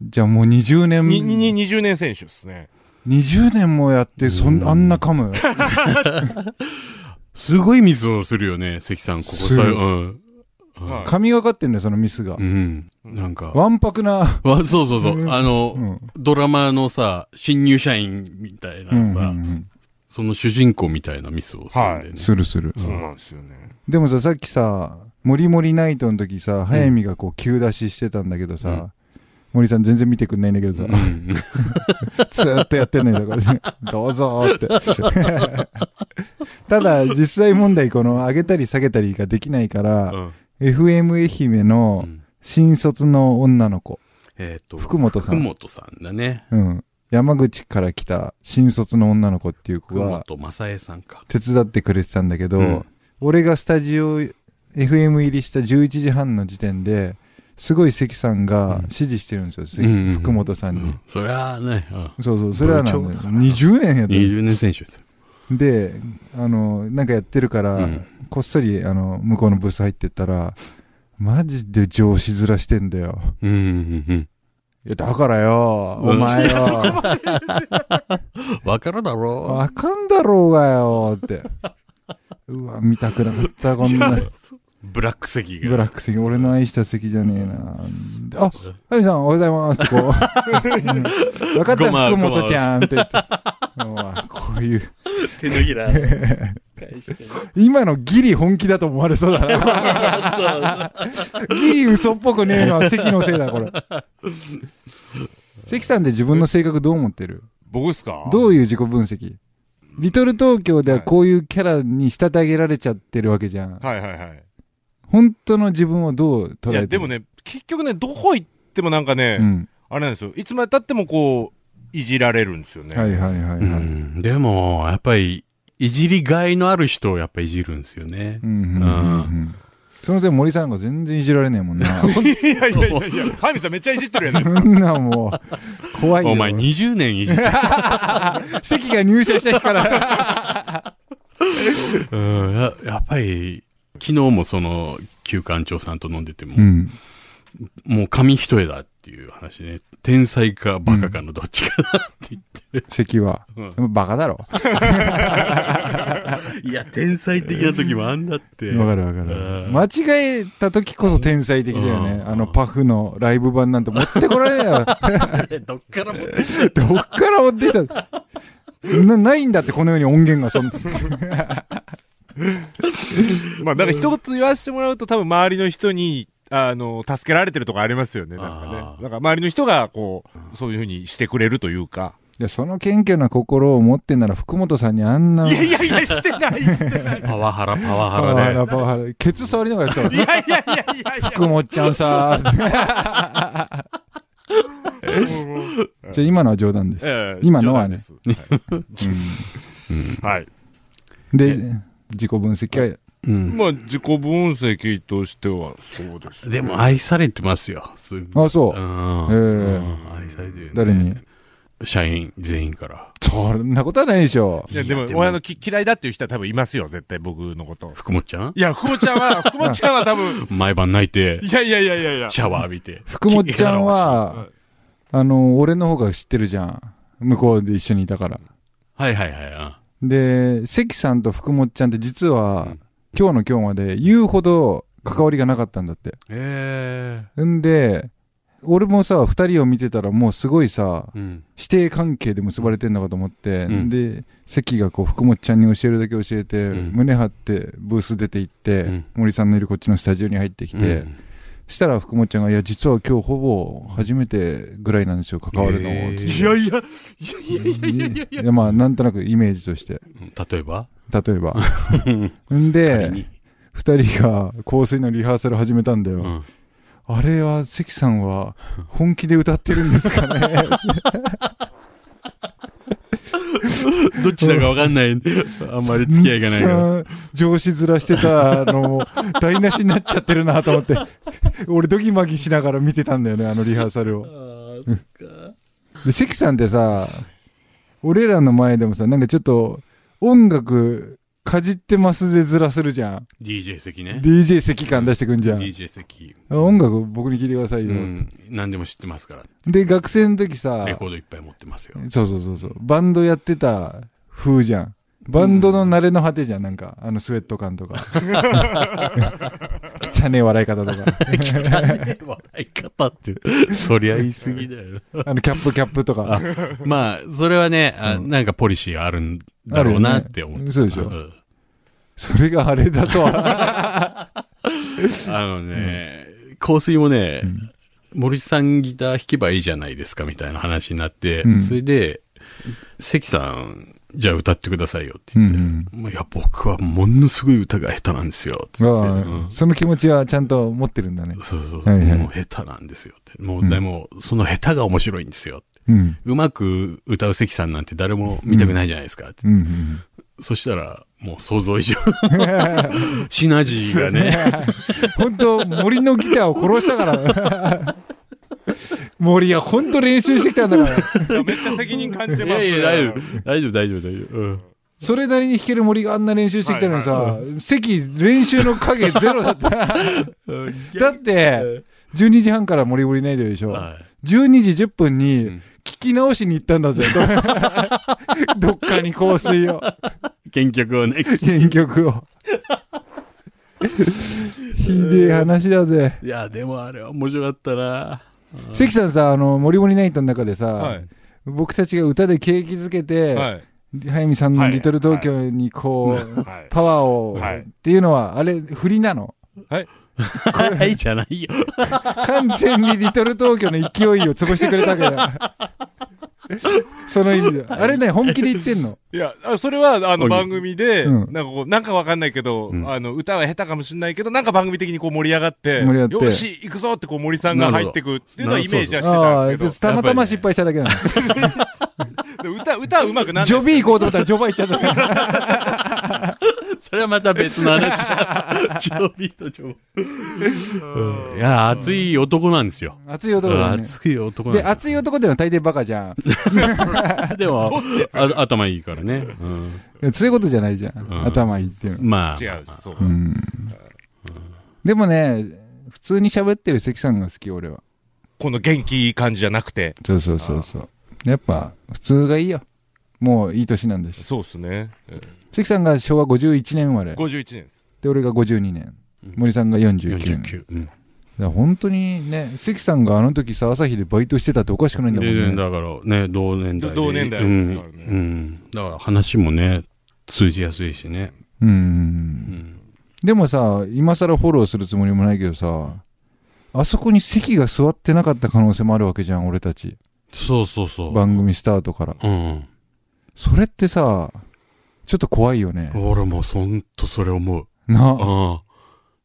じゃあもう20年、
に、に、に20年選手ですね。
20年もやって、そん、あんな噛む。
すごいミスをするよね、関さん、ここ
す
さ、
る
うん。
はい
神がかってんだよ、そのミスが
う。ん。なんか。
わんぱくな、
わそうそうそう。あの、
うん
ドラマのさ、新入社員みたいなさ、
うんうんうん
その主人公みたいなミスをするんだよね。
するする。
そうなんですよね。
でもさ、さっきさ、森森ナイトの時さ、早見がこう、急出ししてたんだけど
う
さ、森さん全然見てくんないんだけどさ、ずーっとやってんのよ、だから、 どうぞーって。 ただ、実際問題、この、上げたり下げたりができないから、
うん
FM 愛媛
う
の
ん
新卒の女の子、
えっ、と、
福本さ
福
ん。
本さんだね。
うん。山口から来た新卒の女の子っていう子
福
が
本正恵さんか。
手伝ってくれてたんだけど、
うん
俺がスタジオ FM 入りした11時半の時点で、すごい関さんが指示してるんですよ、関
うんうん
福本さん
う
に。
ん、そりゃあね、うん
そうそう、それはなん
部長
だよ
だからな
20年やってる。
20年選手です。
で、あの、なんかやってるから、
うん
こっそり、あの、向こうのブース入ってったら、マジで上司面してんだよ。
うんうんうん
いや、だからよ、お 前よ、
うん。わかるだろ
わかんだろうがよ、って。うわ、見たくなかった、こんな。
ブラック席が。
ブラック席、俺の愛した席じゃねえな。あ、あゆみさん、おはようございま すってこう。うん分かった、
ごま
福本ちゃんって言って。もうこういう、
手のひら返してね
今のギリ本気だと思われそうだな。 ギリ嘘っぽくねえのは関のせいだ、これ。 関さんって自分の性格どう思ってる
僕っすか
どういう自己分析リトル東京ではこういうキャラに仕立て上げられちゃってるわけじゃん。
はいはいはい。
本当の自分をどう捉えてる
いや、でもね、結局ね、どこ行ってもなんかね、
うん。
あれなんですよ。いつまで経ってもこう、 いじられるんですよね。
はいはいはいは
う
い。うん
ん。でも、やっぱり、いじりがいのある人をやっぱいじるんですよね
う。んうんうんうんその点森さんが全然いじられねえもんな。
いやいやいやいや、ハイミさんめっちゃいじってるやないですか。
そんなもう、怖いよ。
お前20年いじって、
席が入社した日から。
うんや、やっぱり、昨日もその、旧館長さんと飲んでても、
うん。
もう紙一重だっていう話ね。天才かバカかのどっちか。
席は。バカだろ。わ
いや、天才的な時もあんだって。
かるわかる。間違えた時こそ天才的だよね。
うん
あの、パフのライブ版なんて持ってこられないよ。
どっからも。
どっから持ってきたなないんだって、この世に音源がそん。
まあ、なんか一つ言わせてもらうと多分周りの人に、あの、助けられてるとかありますよね。なんか
あ
ね。
ー
なんか周りの人がこう、そういうふうにしてくれるというか。
いや、その謙虚な心を持ってんなら、福本さんにあんな。
いやいやいや、してない、してない。
パワハラ、パワ
パ
ハ
ワ
ラ
ハ
で。
ラパワハラ。ケツ触りながらやってた
いやいやいやいやいや。
福本ちゃんさ。じゃあ今のは冗談です。
ええ
今のはね。
冗談です はい。はい
で、自己分析は、
うん
まあ、自己分析としては、そうです。
でも愛されてますよ。すっごい
あ、そうう。
ん。
ええ
うん愛されてるよね。
誰に
社員全員から。
そんなことはないでしょ。
いや、でも、親のき嫌いだっていう人は多分いますよ、絶対僕のこと。
福本ちゃん
いや、福本ちゃんは、 福本ちゃんは多分、
毎晩泣いて、
いやいやいやいやいや。
シャワー浴びて。
福本ちゃん
は、
はいあの、俺の方が知ってるじゃん。向こうで一緒にいたから。
はいはいは
で、関さんと福本ちゃんって実は、今日の今日まで言うほど関わりがなかったんだって。
い。うんへ
んで、俺もさ、二人を見てたらもうすごいさ、
え。うん。
師弟関係で結ばれてんのかと思って、
うん
で関がこう福本ちゃんに教えるだけ教えて、
うん
胸張ってブース出て行って、
うん
森さんのいるこっちのスタジオに入ってきて、
うん
したら福本ちゃんが「いや実は今日ほぼ初めてぐらいなんですよ関わるの」
へー
いやいやいやいやいやいやいやまあなんとなくイメージとして
例えば
例え ばん
仮
で
に
二人が香水のリハーサル始めたんだよ、
うん
あれは関さんは本気で歌ってるんですかね
どっちだかわかんない。あんまり 付き合いがないから。
さ上司ずらしてたの、台無しになっちゃってるなと思って、俺ドギマギしながら見てたんだよね、あのリハーサルを。
あーそっか
で、関さんってさ、俺らの前でもさ、なんかちょっと、音楽、かじってますでずらするじゃん。
DJ 席ね。
DJ 席感出してくんじゃん。
DJ 席。
音楽僕に聞いてくださいうよ。
ん。何でも知ってますか
で、学生の時さ
ら。、レコードいっぱい持ってます よ。
そうそうそうそう、バンドやってた風じゃん。バンドの慣れの果てじゃん、なんか、あのスウェット感 とか。汚ねえ笑い方とか。
笑い方って、そりゃ言い過ぎだよ。
あの、キャップキャップとか。
まあ、それはね、あなんかポリシーあるんだろうなって思っ
ある
て、
よねそうでしょ
ん
それがあれ だとは。
あのね、香水もね、森さんギター弾けばいいじゃないですかみたいな話になって、
うん
それで、関さん、じゃあ歌ってくださいよって言って、
うん
まあいや、僕はものすごい歌が下手なんですよ、つって。うん
その気持ちはちゃんと持ってるんだね。
そうそうそう、
はいはい
もう下手なんですよって。もう、
うん
でも、その下手が面白いんですよって。
うん。
うまく歌う関さんなんて誰も見たくないじゃないですかって。
うんうん。
そしたら、もう想像以上。 シナジーがね。
本当森のギターを殺したから。 森が本当練習してきたんだから。
めっちゃ責任感じて
い
ま
や
す。
いや、大丈夫。大丈夫、大丈夫、大丈夫。うん。
それなりに弾ける森があんな練習してきたのに
は
さ、席、練習習の影ゼロだ った。だって、12時半から森降りないでしょ。
はい
12時10分に
ん
聞き直しに行ったんだ ぜ。どっかに香水を、
原曲をね、
原曲を。ひでえ話だぜ。
いや、でもあれは面白かったな。
関さんさ、あの、モリモリナイトの中でさ、
はい
僕たちが歌で景気づけて、
はい。
早見さんのリトル東京にこう、
はい
パワーを、
はい
っていうのは、あれ、振りなの。
はい、じゃないよ。
完全にリトル東京の勢いを潰してくれたわけだ。その意味で。あれね、本気で言ってんの。
いや、あそれは、あの、番組で、な
うんん
かこう、なんかわかんないけど、
ん
あの、歌は下手かもしれないけど、なんか番組的にこう盛り上がって、
盛り上がって
よし、行くぞってこう森さんが入ってくっていうのは
な
イ
るほど
メージはして
あ
た
あ
ん
ー、
で
ちょ
す
っ
け
とたまたま失敗しただけなの。
ど、で歌、歌は上手くなん
ジ
な
ョ
い。
ビー行こうと思ったらジョバ行っちゃったから。
それはまた別の話だ。ジョビーとジョビー。いや、熱い男なんですよ。
熱い男だよね。
熱い男
で、
なん
熱い男ってのは大抵バカじゃん。
ですでも、あ頭いいからね。うん
そういうことじゃないじゃ
うん
ん。頭いいっていうの。
まあ。
違う、そう
う。ん。でもね、普通に喋ってる関さんが好き、俺は。
この元気いい感じじゃなくて。
そうそうそうそう。やっぱ、普通がいいよ。もういい年なんだし。
そうっすね。
関さんが昭和51年生まれ。
51年です。
で、俺が52年。森さんが49年。だ
49。
か
うん
ら本当にね、関さんがあの時さ、朝日でバイトしてたっておかしくないんだも
で
んね。
だからね、同年代で。
同年代ですからね
うん。うんだから話もね、通じやすいしね。
う。
うんん
でもさ、今更フォローするつもりもないけどさ、あそこに席が座ってなかった可能性もあるわけじゃん、俺たち。
そうそうそう。
番組スタートから。
うん。
それってさ、ちょっと怖いよね。
俺もそんとそれ思う。
な、
あ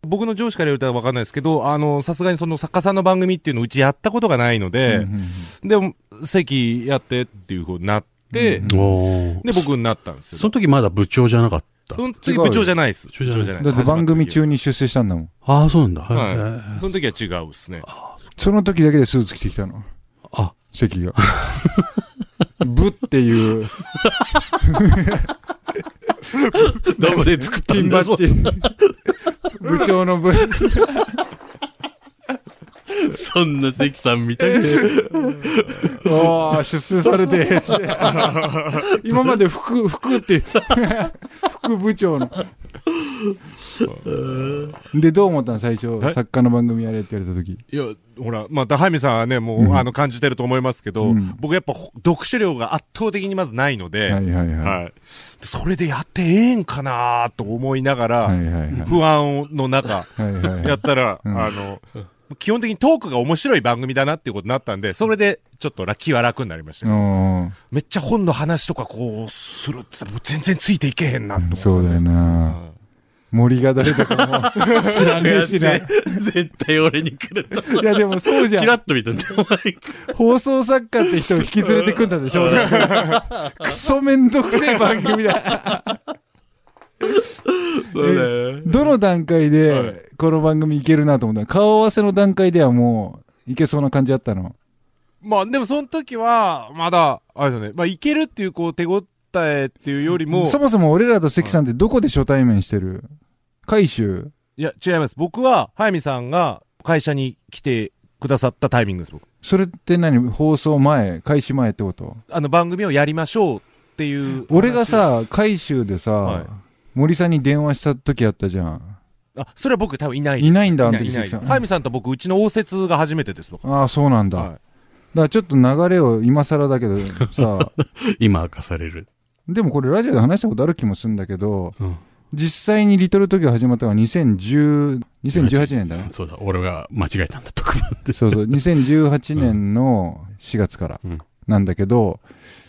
僕の上司から言うとは分かんないですけど、あの、さすがにその作家さんの番組っていうのをうちやったことがないの
うん
で
う、ん
でも、席やってっていう風になって、
うん
で、
あ。おー
僕になったんですよ。
その時まだ部長じゃなかった。
その時部長じゃないです。
違うよ
じゃな
うん、
い
だって番組中
に。
に出世したんだもん。
ああ、そうなんだ。はい
はい。その時は違うっすね。
その時だけでスーツ着てきたの。
あ、
席が。 ブっていう、
どこで作った
ピ
ん
ン
だ
バ
ぞ
ッジ。部長のブ。
そんな関さんみたいな。
ああ、出世されて、つって。 今まで副、副って、 副部長の。で、どう思ったの最初、作家の番組やれって言われた時。
いや、ほら、まあ、ダハミさんはね、もう、あの、感じてると思いますけど、
うん
僕やっぱ、ほ読書量が圧倒的にまずないので、
は
はいい。
はいはい。
でそれでやってええんかなと思いながら、
はいはいはい。
不安 の中、
はいはい
やったら、あの、基本的にトークが面白い番組だなっていうことになったんで、それでちょっとら気は楽になりましたよ、
うん
めっちゃ本の話とかこうするって言ったらもう全然ついていけへんなと思って。
そうだよな。森が誰だかも知らねえしな。い
絶対俺に来ると。
やでもそうじ
チ
ゃ
ラ
ん。
ッと見たんだ。
放送作家って人を引き連れてくんだぜ、小説 家。クソめんどくせえ番組だ。
そうだよね。
どの段階でこの番組いけるなと思ったの顔合わせの段階ではもういけそうな感じあったの。
まあでもその時は、まだ、あれですよね、まあいけるっていうこう手応えっていうよりも、
そもそも俺らと関さんってどこで初対面してる海州
いや違います。僕は、早見さんが会社に来てくださったタイミングです、僕。
それって何放送前開始前ってこと
あの番組をやりましょうっていう。
俺が、さ、海州でさ、
はい
森さんに電話した時あったじゃん。
あ、それは僕多分いないです
いないんだ、あ
い
の
ない
時
いない
関
です。
さん。
早見さんと僕、うちの応接が初めてです、僕。
ああ、そうなんだ。
はい
だからちょっと流れを今更だけど さ、
今明かされる。
でもこれラジオで話したことある気もするんだけど、
うん
実際にリトル東京始まったのは2010、2018年だね。
そうだ、俺が間違えたんだ、特番で。
そうそう、2018年の4月から
うん
なんだけど、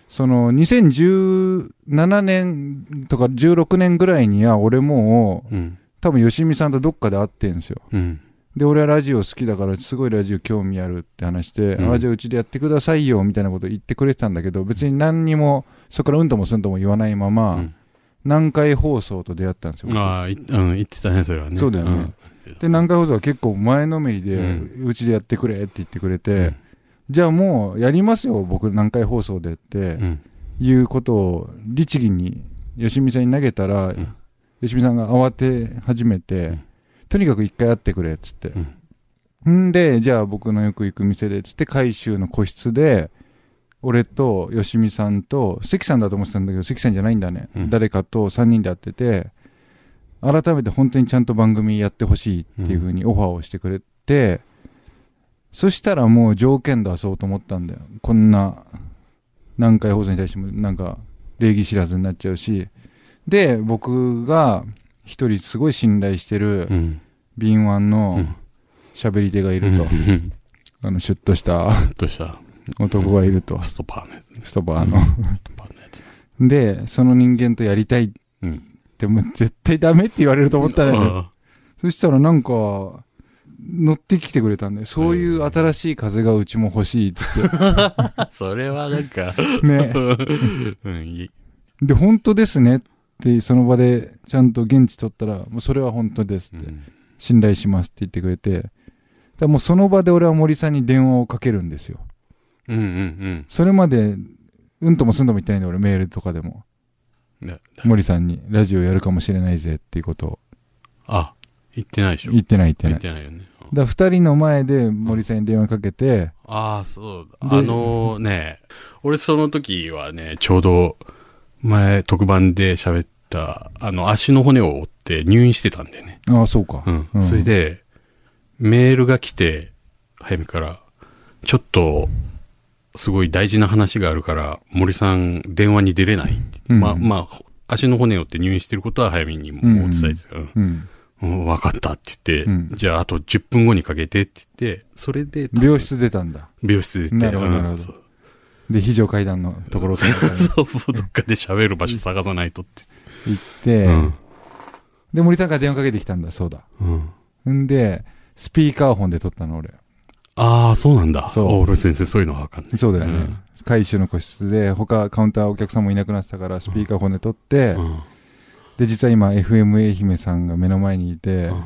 その2017年とか16年ぐらいには俺もう
うん。
多分吉見さんとどっかで会ってんですよ。
うん。
で、俺はラジオ好きだから、すごいラジオ興味あるって話して、
うん
ああ、じゃあうちでやってくださいよ、みたいなこと言ってくれてたんだけど、別に何にも、そこからうんともすんとも言わないまま、
うん
南海放送と出会ったんですよ。
ああ、いうん、言ってたね、それはね。
そうだよね
ん
で、南海放送は結構前のめりで、
う
うちでやってくれって言ってくれて、
うん
じゃあもうやりますよ、僕、南海放送でって
う、ん。
いうことを、律儀に、吉見さんに投げたら、
ん
吉見さんが慌て始めて、
うん
とにかく一回会ってくれっつって
う。ん。
んで、じゃあ僕のよく行く店で、つって、海州の個室で、俺と、吉見さんと、関さんだと思ってたんだけど、関さんじゃないんだね。
うん
誰かと3人で会ってて、改めて本当にちゃんと番組やってほしいっていう風にオファーをしてくれて、そしたらもう条件出そうと思ったんだよ。こんな、何回放送に対してもなんか礼儀知らずになっちゃうし。で、僕が一人すごい信頼してる
うん。
敏腕
う
の
ん
喋り手がい
うん
ると、
うん
あの、シュッとした
どうした
男がいると、
ストパーのやつ。
ストバーの。
ストパーのやつ。
で、その人間とやりたいっ
うん。
て、もう絶対ダメって言われると思ったのよ。
あ
そしたらなんか、乗ってきてくれたんで、そういう新しい風がうちも欲しいっ つっ
あそれはなんか、
て、ね。
うん、いい。
で、本当ですねって、その場でちゃんと現地取ったら、もうそれは本当です
う
って、
ん
信頼しますって言ってくれて、だからもうその場で俺は森さんに電話をかけるんですよ。
うんうん
それまで、うんともすんとも言ってないんで、俺メールとかでも、
うんだだ。
森さんにラジオやるかもしれないぜっていうことを
あ、言ってないでしょ
言ってない言って
言
な
っ
い。
てないよね。うん
だから二人の前で森さんに電話かけて、
ああ、そうだ。
で
あのね、俺その時はね、ちょうど前特番で喋った、あの足の骨を折って入院してたんだよね。
ああ、そうか。
うん。
うん
それで、メールが来て、早見から、ちょっと、すごい大事な話があるから、森さん電話に出れないって。
うん
まあまあ、足の骨を折って入院してることは早見にもお伝えてたから、
うん。
うん、わかったって言って、
うん
じゃああと10分後にかけてって言って、それで、
病室出たんだ。
病室で行って、
なるほど
うん
なるほど
そう
で、非常階段のところから
そう、もうどっかで喋る場所探さないとって。
行って、
うん。
で、森さんから電話かけてきたんだ、そうだ。
うん。
んで、スピーカーフォンで撮ったの、俺。
ああ、そうなんだ。
そう
オール先生、そういうのはわかんない。
そうだよね。
うん
回収の個室で、他カウンターお客さんもいなくなってたから、スピーカーフォンで撮って、
うん。
で、実は今、FM 愛媛さんが目の前にいて、
うん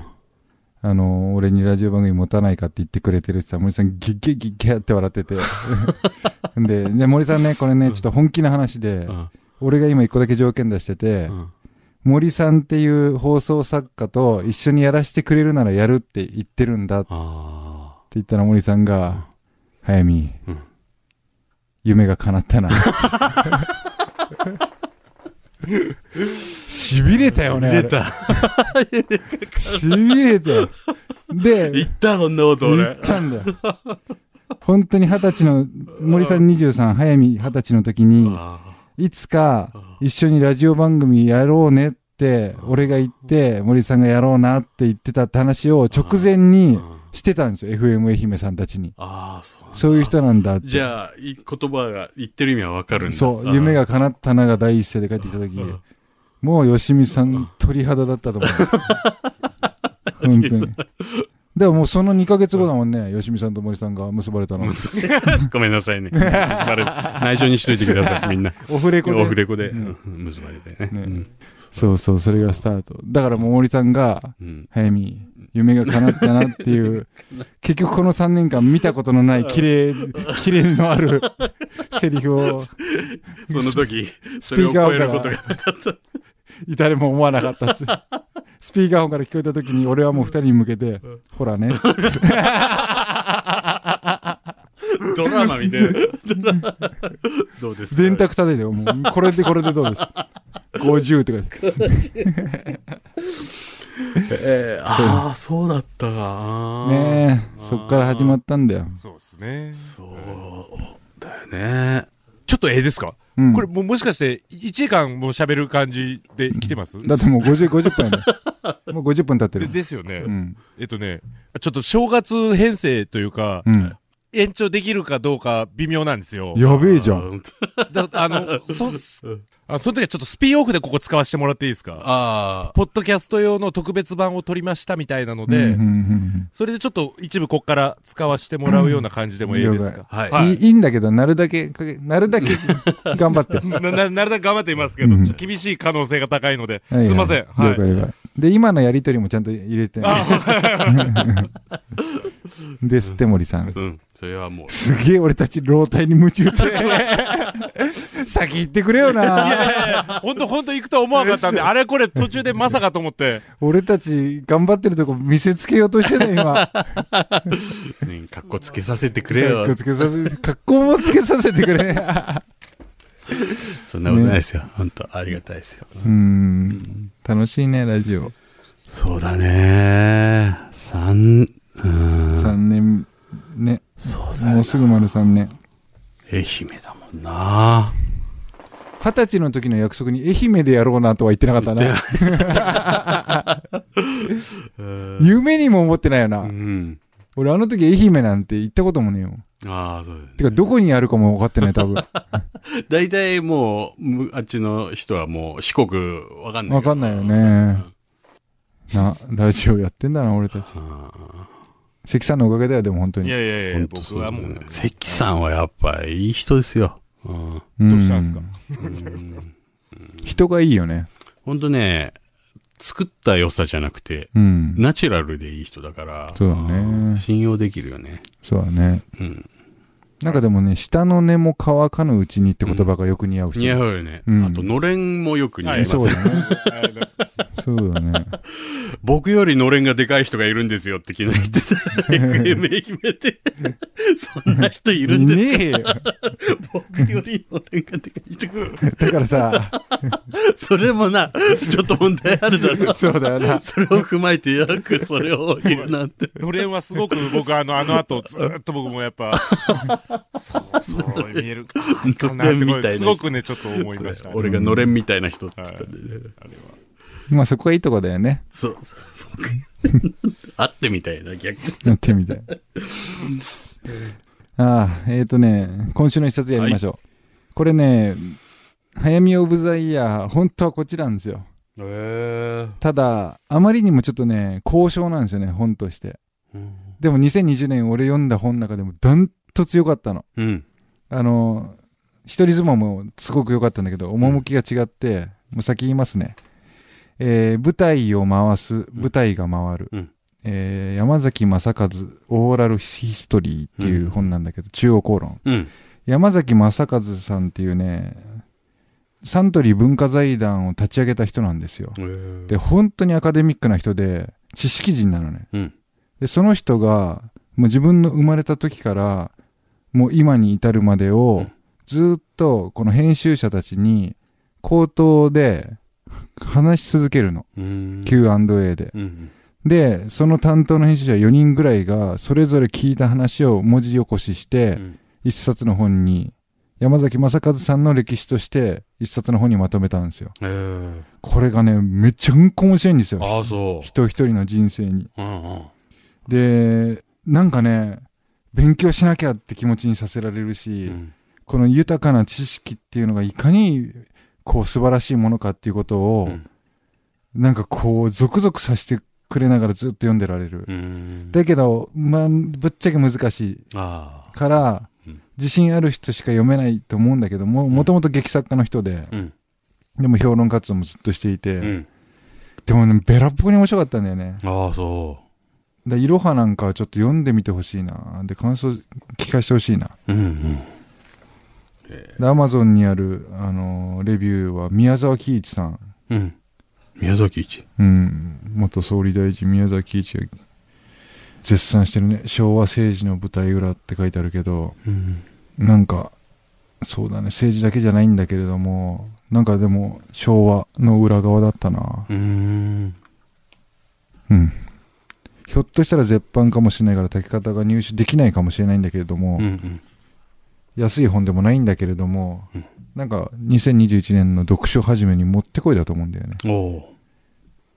あの、俺にラジオ番組持たないかって言ってくれてるってさ、森さんギッギッギッギャって笑 ってて。で、ね、森さんね、これね、ちょっと本気な話で、
うん。
俺が今一個だけ条件出してて、
うん
森さんっていう放送作家と一緒にやらせてくれるならやるって言ってるんだって
あ
言ったら森さんが、早見、
うん
夢が叶ったな。しびれたよ
あ。
ね。
出た。
あれしびれたよ。で、
言った、そんなこと
言っ
俺。
たんだよ。本当に二十歳の、森さん23、早見二十歳の時に、
あ
いつか一緒にラジオ番組やろうねって、俺が言って、森さんがやろうなって言ってたって話を直前
ー
に
うん
してたんですよ、FM 愛媛さんたちに。
あー、そうなんだ。
そういう人なんだって。
じゃあ、い言葉が、言ってる意味はわかるんだ。
そ
ん
う、夢。が叶ったなが第一声で帰ってきた時
ん、
もう吉見さん鳥肌だ ったと思う。本当に。でももうその2ヶ月後だもんね、吉見さんと森さんが結ばれたの。
ごめんなさいね。結ばれ内緒にしといてください、み んな。
オフレコで
オフレコで、
うん
うん結ばれてね。
ね
うん
そうそう、それがスタート。だからもう森さんが、
うん。
早見、夢が叶ったなって いう、結局この3年間見たことのない綺 麗、綺麗のあるセリフ を、
その時、
ス
そ
ピ
れ
ー
を
カ
超える
ー
こと
か
が
ら、誰も思わなかったっつスピーカー音から聞こえた時に、俺はもう2人に向けて、ほらね、
ドラマみたいな。 どうですか
電卓叩いてよ、もう、これでこれでどうですか ?50 とか、
えーああ、そうだったか。
ねえ、そっから始まったんだよ。
そうですね。
そうだよね。
ちょっとええですか、
うん
これもうもしかして1時間もう喋る感じで来てます
だってもう50、50分やね。もう50分経って
で
る。
ですよね、
うん。
えっとね、ちょっと正月編成というか、
うん。
延長できるかどうか微妙なんですよ。
やべえじゃん。
だあの、そ、あその時はちょっとスピンオフでここ使わせてもらっていいですか
あ
ポッドキャスト用の特別版を撮りましたみたいなので、
うんうんうん
それでちょっと一部こっから使わせてもらうような感じでもいいです
う
か、
ん了解
いい、いいんだけど、なるだけかけ、なるだけ頑張って。は
な ななるだけ頑張っていますけど、
うん
ちょっと厳しい可能性が高いので、
は
すいません。は
了
い
解了解。で、今のやりとりもちゃんと入れて。 ですって、森さ
あ。。
ん
うん。それはもう。
すげえ俺たち老体に夢中で。先行ってくれよな。
本当本当行くとは思わなかったんで、あれこれ途中でまさかと思って。
俺たち頑張ってるとこ見せつけようとしてね、今。
ね、かっこつけさせてくれ
かっ
よ
こ。つけさせ、格好もつけさせてくれ。
そんなことないですよ。本当ありがたいですよ。
うん。楽しいね、ラジオ。
そうだね。三、うん。
3年、ね。
そうだよ
もうすぐ丸3年。
愛媛だもん な。
二十歳の時の約束に愛媛でやろうなとは言ってなかったな。 夢にも思ってないよ
う
な。
ん。
俺あの時愛媛なんて行ったこともねえよ。
ああ、そうだよね。
てかどこにあるかも分かってない、多分。
大体もう、むあっちの人はもう四国わかんない。
分かんないよ。ね。な、ラジオやってんだな、俺たち。関さんのおかげだよ、でも本当
い
に。
やいやいや、
本当そ
僕
う
は
だ
もう
ね。、関さんはやっぱいい人ですよ。うん。
ど
どうしたんですか
人がいいよね。
ほんとね、作った良さじゃなくて、
うん。
ナチュラルでいい人だから、
そうだね
ん信用できるよね。
そうだね。
うん。
なんかでもね、下の根も乾かぬうちにって言葉がよく似合う人。
似合うよね。
うん
あと、のれんもよく似合い
は
ま
い
す
そうだね。そうだね。
僕よりのれんがでかい人がいるんですよって昨日 言ってた。 愛媛で。そんな人 いるん
い
で
ねえよ。
僕よりのれんがでかい 人。
だからさ、
それもな、ちょっと問題あるだろ。
そうだよな。
それを踏まえてよくそれを言うなんて。
のれんはすごく僕あの、あ の後、ずーっと僕もやっぱ、そうそう、見えるかなって
のれんみ
こ
たいな
れ、すごくね、ちょっと思いました。
俺がのれんみたいな人って言ったんでね。
まあそこはいいとこだよね。
そう、そう。僕会ってみたいな、逆に。
やってみたい。ああ、えっ、ー、とね、今週の一冊やりましょう。これね、早見オブザイヤー、本当はこっちなんですよ。
へえ。
ただ、あまりにもちょっとね、交渉なんですよね、本として。でも2020年俺読んだ本の中でもダントツ良かったの。
うん。
あの、一人相撲もすごく良かったんだけど、趣が違って、もう先言いますね。えー舞台を回す、舞台が回る。
うん
えー山崎正和、オーラルヒストリーっていう本なんだけど、中央公論。
うん。
山崎正和さんっていうね、サントリー文化財団を立ち上げた人なんですよ。で、本当にアカデミックな人で、知識人なのね。
うん。
で、その人が、もう自分の生まれた時から、もう今に至るまで
う
を
ん、
ずーっとこの編集者たちに、口頭で話し続けるの。
うん。
Q&A で。
うん。
で、その担当の編集者4人ぐらいが、それぞれ聞いた話を文字起こしし
う
て、
ん。
一冊の本に、山崎正和さんの歴史として、一冊の本にまとめたんですよ。
へえ。
これがね、めっちゃうんこ面白いんですよ。
ああ、そう。
人一人の人生に。
うんうん。
で、なんかね、勉強しなきゃって気持ちにさせられるし、
うん
この豊かな知識っていうのがいかにこう素晴らしいものかっていうことを、
うん
なんかこう、ゾクゾクさせてくれながらずっと読んでられる。
うん。
だけど、まあ、ぶっちゃけ難しい
ああ。
から
うん、
自信ある人しか読めないと思うんだけども、もともと劇作家の人で、
うん。
でも評論活動もずっとしていて、
うん。
でもね、べらぼうに面白かったんだよね。
ああ、そ
で、いろはなんかはちょっと読んでみてほしいな。で、感想聞かせてほしいな。
う。うんうん。
で、アマゾンにある、あのーレビューは宮沢喜一さん。
うん。宮崎一。
うん。元総理大臣宮沢喜一が絶賛してるね。昭和政治の舞台裏って書いてあるけど、
うん。
なんか、そうだね。政治だけじゃないんだけれども、なんかでも昭和の裏側だったな。
うん。
うん。ひょっとしたら絶版かもしれないから、炊き方が入手できないかもしれないんだけれども、
うん。
安い本でもないんだけれども、
うん
なんか2021年の読書始めにもってこいだと思うんだよね。
おお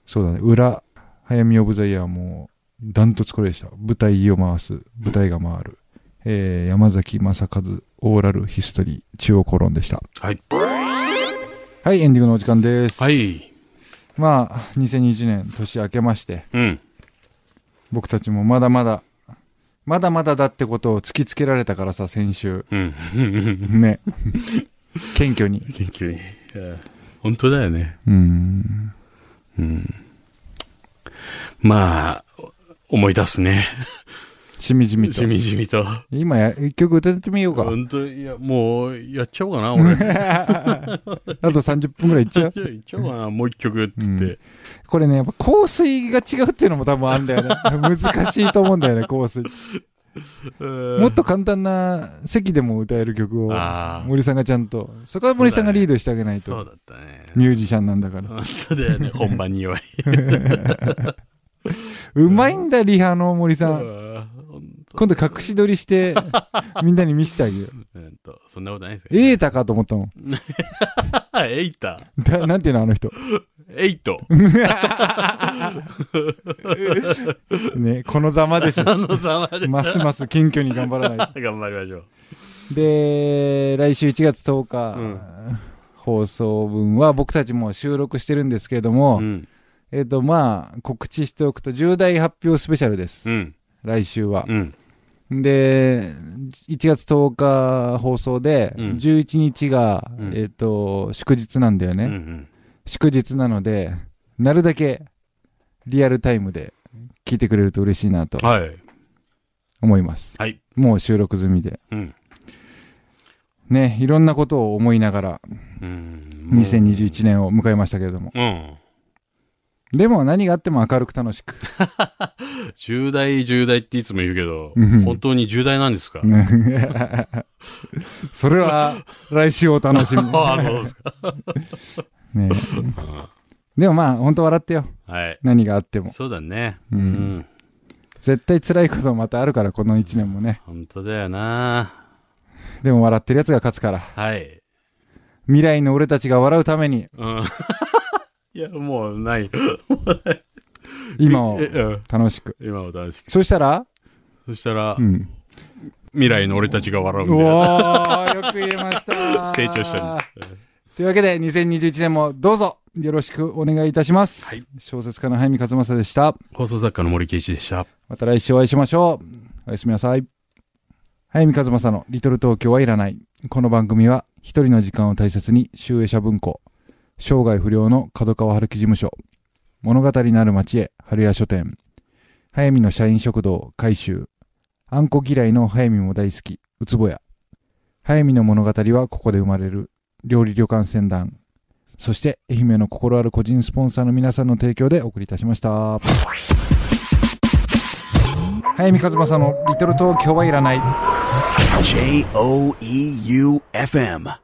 そうだね。裏、早見オブザイヤーもダントツこれでした。舞台を回す、舞台が回る。えー、山崎正和、オーラルヒストリー、中央コロンでした。
ー。はい。
はい、エンディングのお時間です。
はい。
まあ、2020年年明けまして、
うん。
僕たちもまだまだ、まだまだだってことを突きつけられたからさ、先週。
うん。
ね。謙虚に。
研究に。うん本当だよね。
うん。
うん。まあ、思い出すね。
しみじみと。
しみじみと。
今や、一曲歌ってみようか。
本当いや、もう、やっちゃおうかな、俺。
あと30分ぐらいいっちゃう
じゃあ、いっちゃおうかな、もう一曲、つって。
これね、やっぱ香水が違うっていうのも多分あるんだよね。難しいと思うんだよね、香水。もっと簡単な席でも歌える曲を
あー
森さんがちゃんとそこは森さんがリードしてあげない
そ
と、
うだったね。
ミュージシャンなんだから
本当だよ ね、本番に弱い。
うまいんだリハの森さん
うん
今度隠し撮りして みんなに見せてあげよう
うんと、そんなことないですよ。
エータかと思ったもん
えエイタ。
だなんていうのあの人
エイト。
ねこのざまです
あの様で。
ますます謙虚に頑張らないと
頑張りましょう。
で、来週1月10日、
うん
放送分は僕たちも収録してるんですけれども、
うん。
えっ、と、まあ、告知しておくと、重大発表スペシャルです。
うん。
来週は
う。ん。
で、1月10日放送で、
うん
11日が、
うん
えっ、と、祝日なんだよね、
うんうん。
祝日なので、なるだけリアルタイムで聞いてくれると嬉しいなと
はい。
思います。
はい。
もう収録済みで。
うん。
ね、いろんなことを思いながら、
うん。もう
2021年を迎えましたけれども。
うん。
でも何があっても明るく楽し く。
重大、重大っていつも言うけど
うん、
本当に重大なんですか
それは来週お楽しみ。
ああ、そうですか。
ね、でもまあ本当笑ってよ。
はい。
何があっても。
そうだね。
う
うんん。
絶対辛いことまたあるからこの1年もね。
本当だよな。
でも笑ってるやつが勝つから。
はい。
未来の俺たちが笑うために
うん。 いや、もうない。
今を
えうん
楽しく。
今を楽しく。
そしたら
そしたら
う、ん。
未来の俺たちが笑う
お
みたいな。
ー、よく言えました。
成長したんだ。
というわけで2021年もどうぞよろしくお願いいたします。
はい
小説家の早見和正でした。
放送作家の森圭一でした。
また来週お会いしましょう。おやすみなさい。早見和正のリトル東京はいらない。この番組は一人の時間を大切に集英社文庫、生涯不良の角川春樹事務所、物語なる町へ春屋書店、早見の社員食堂改修、あんこ嫌いの早見も大好き、うつぼや。早見の物語はここで生まれる、料理旅館船団、そして愛媛の心ある個人スポンサーの皆さんの提供でお送りいたしました。早見和正のリトル東京はいらない。
J O E U F M.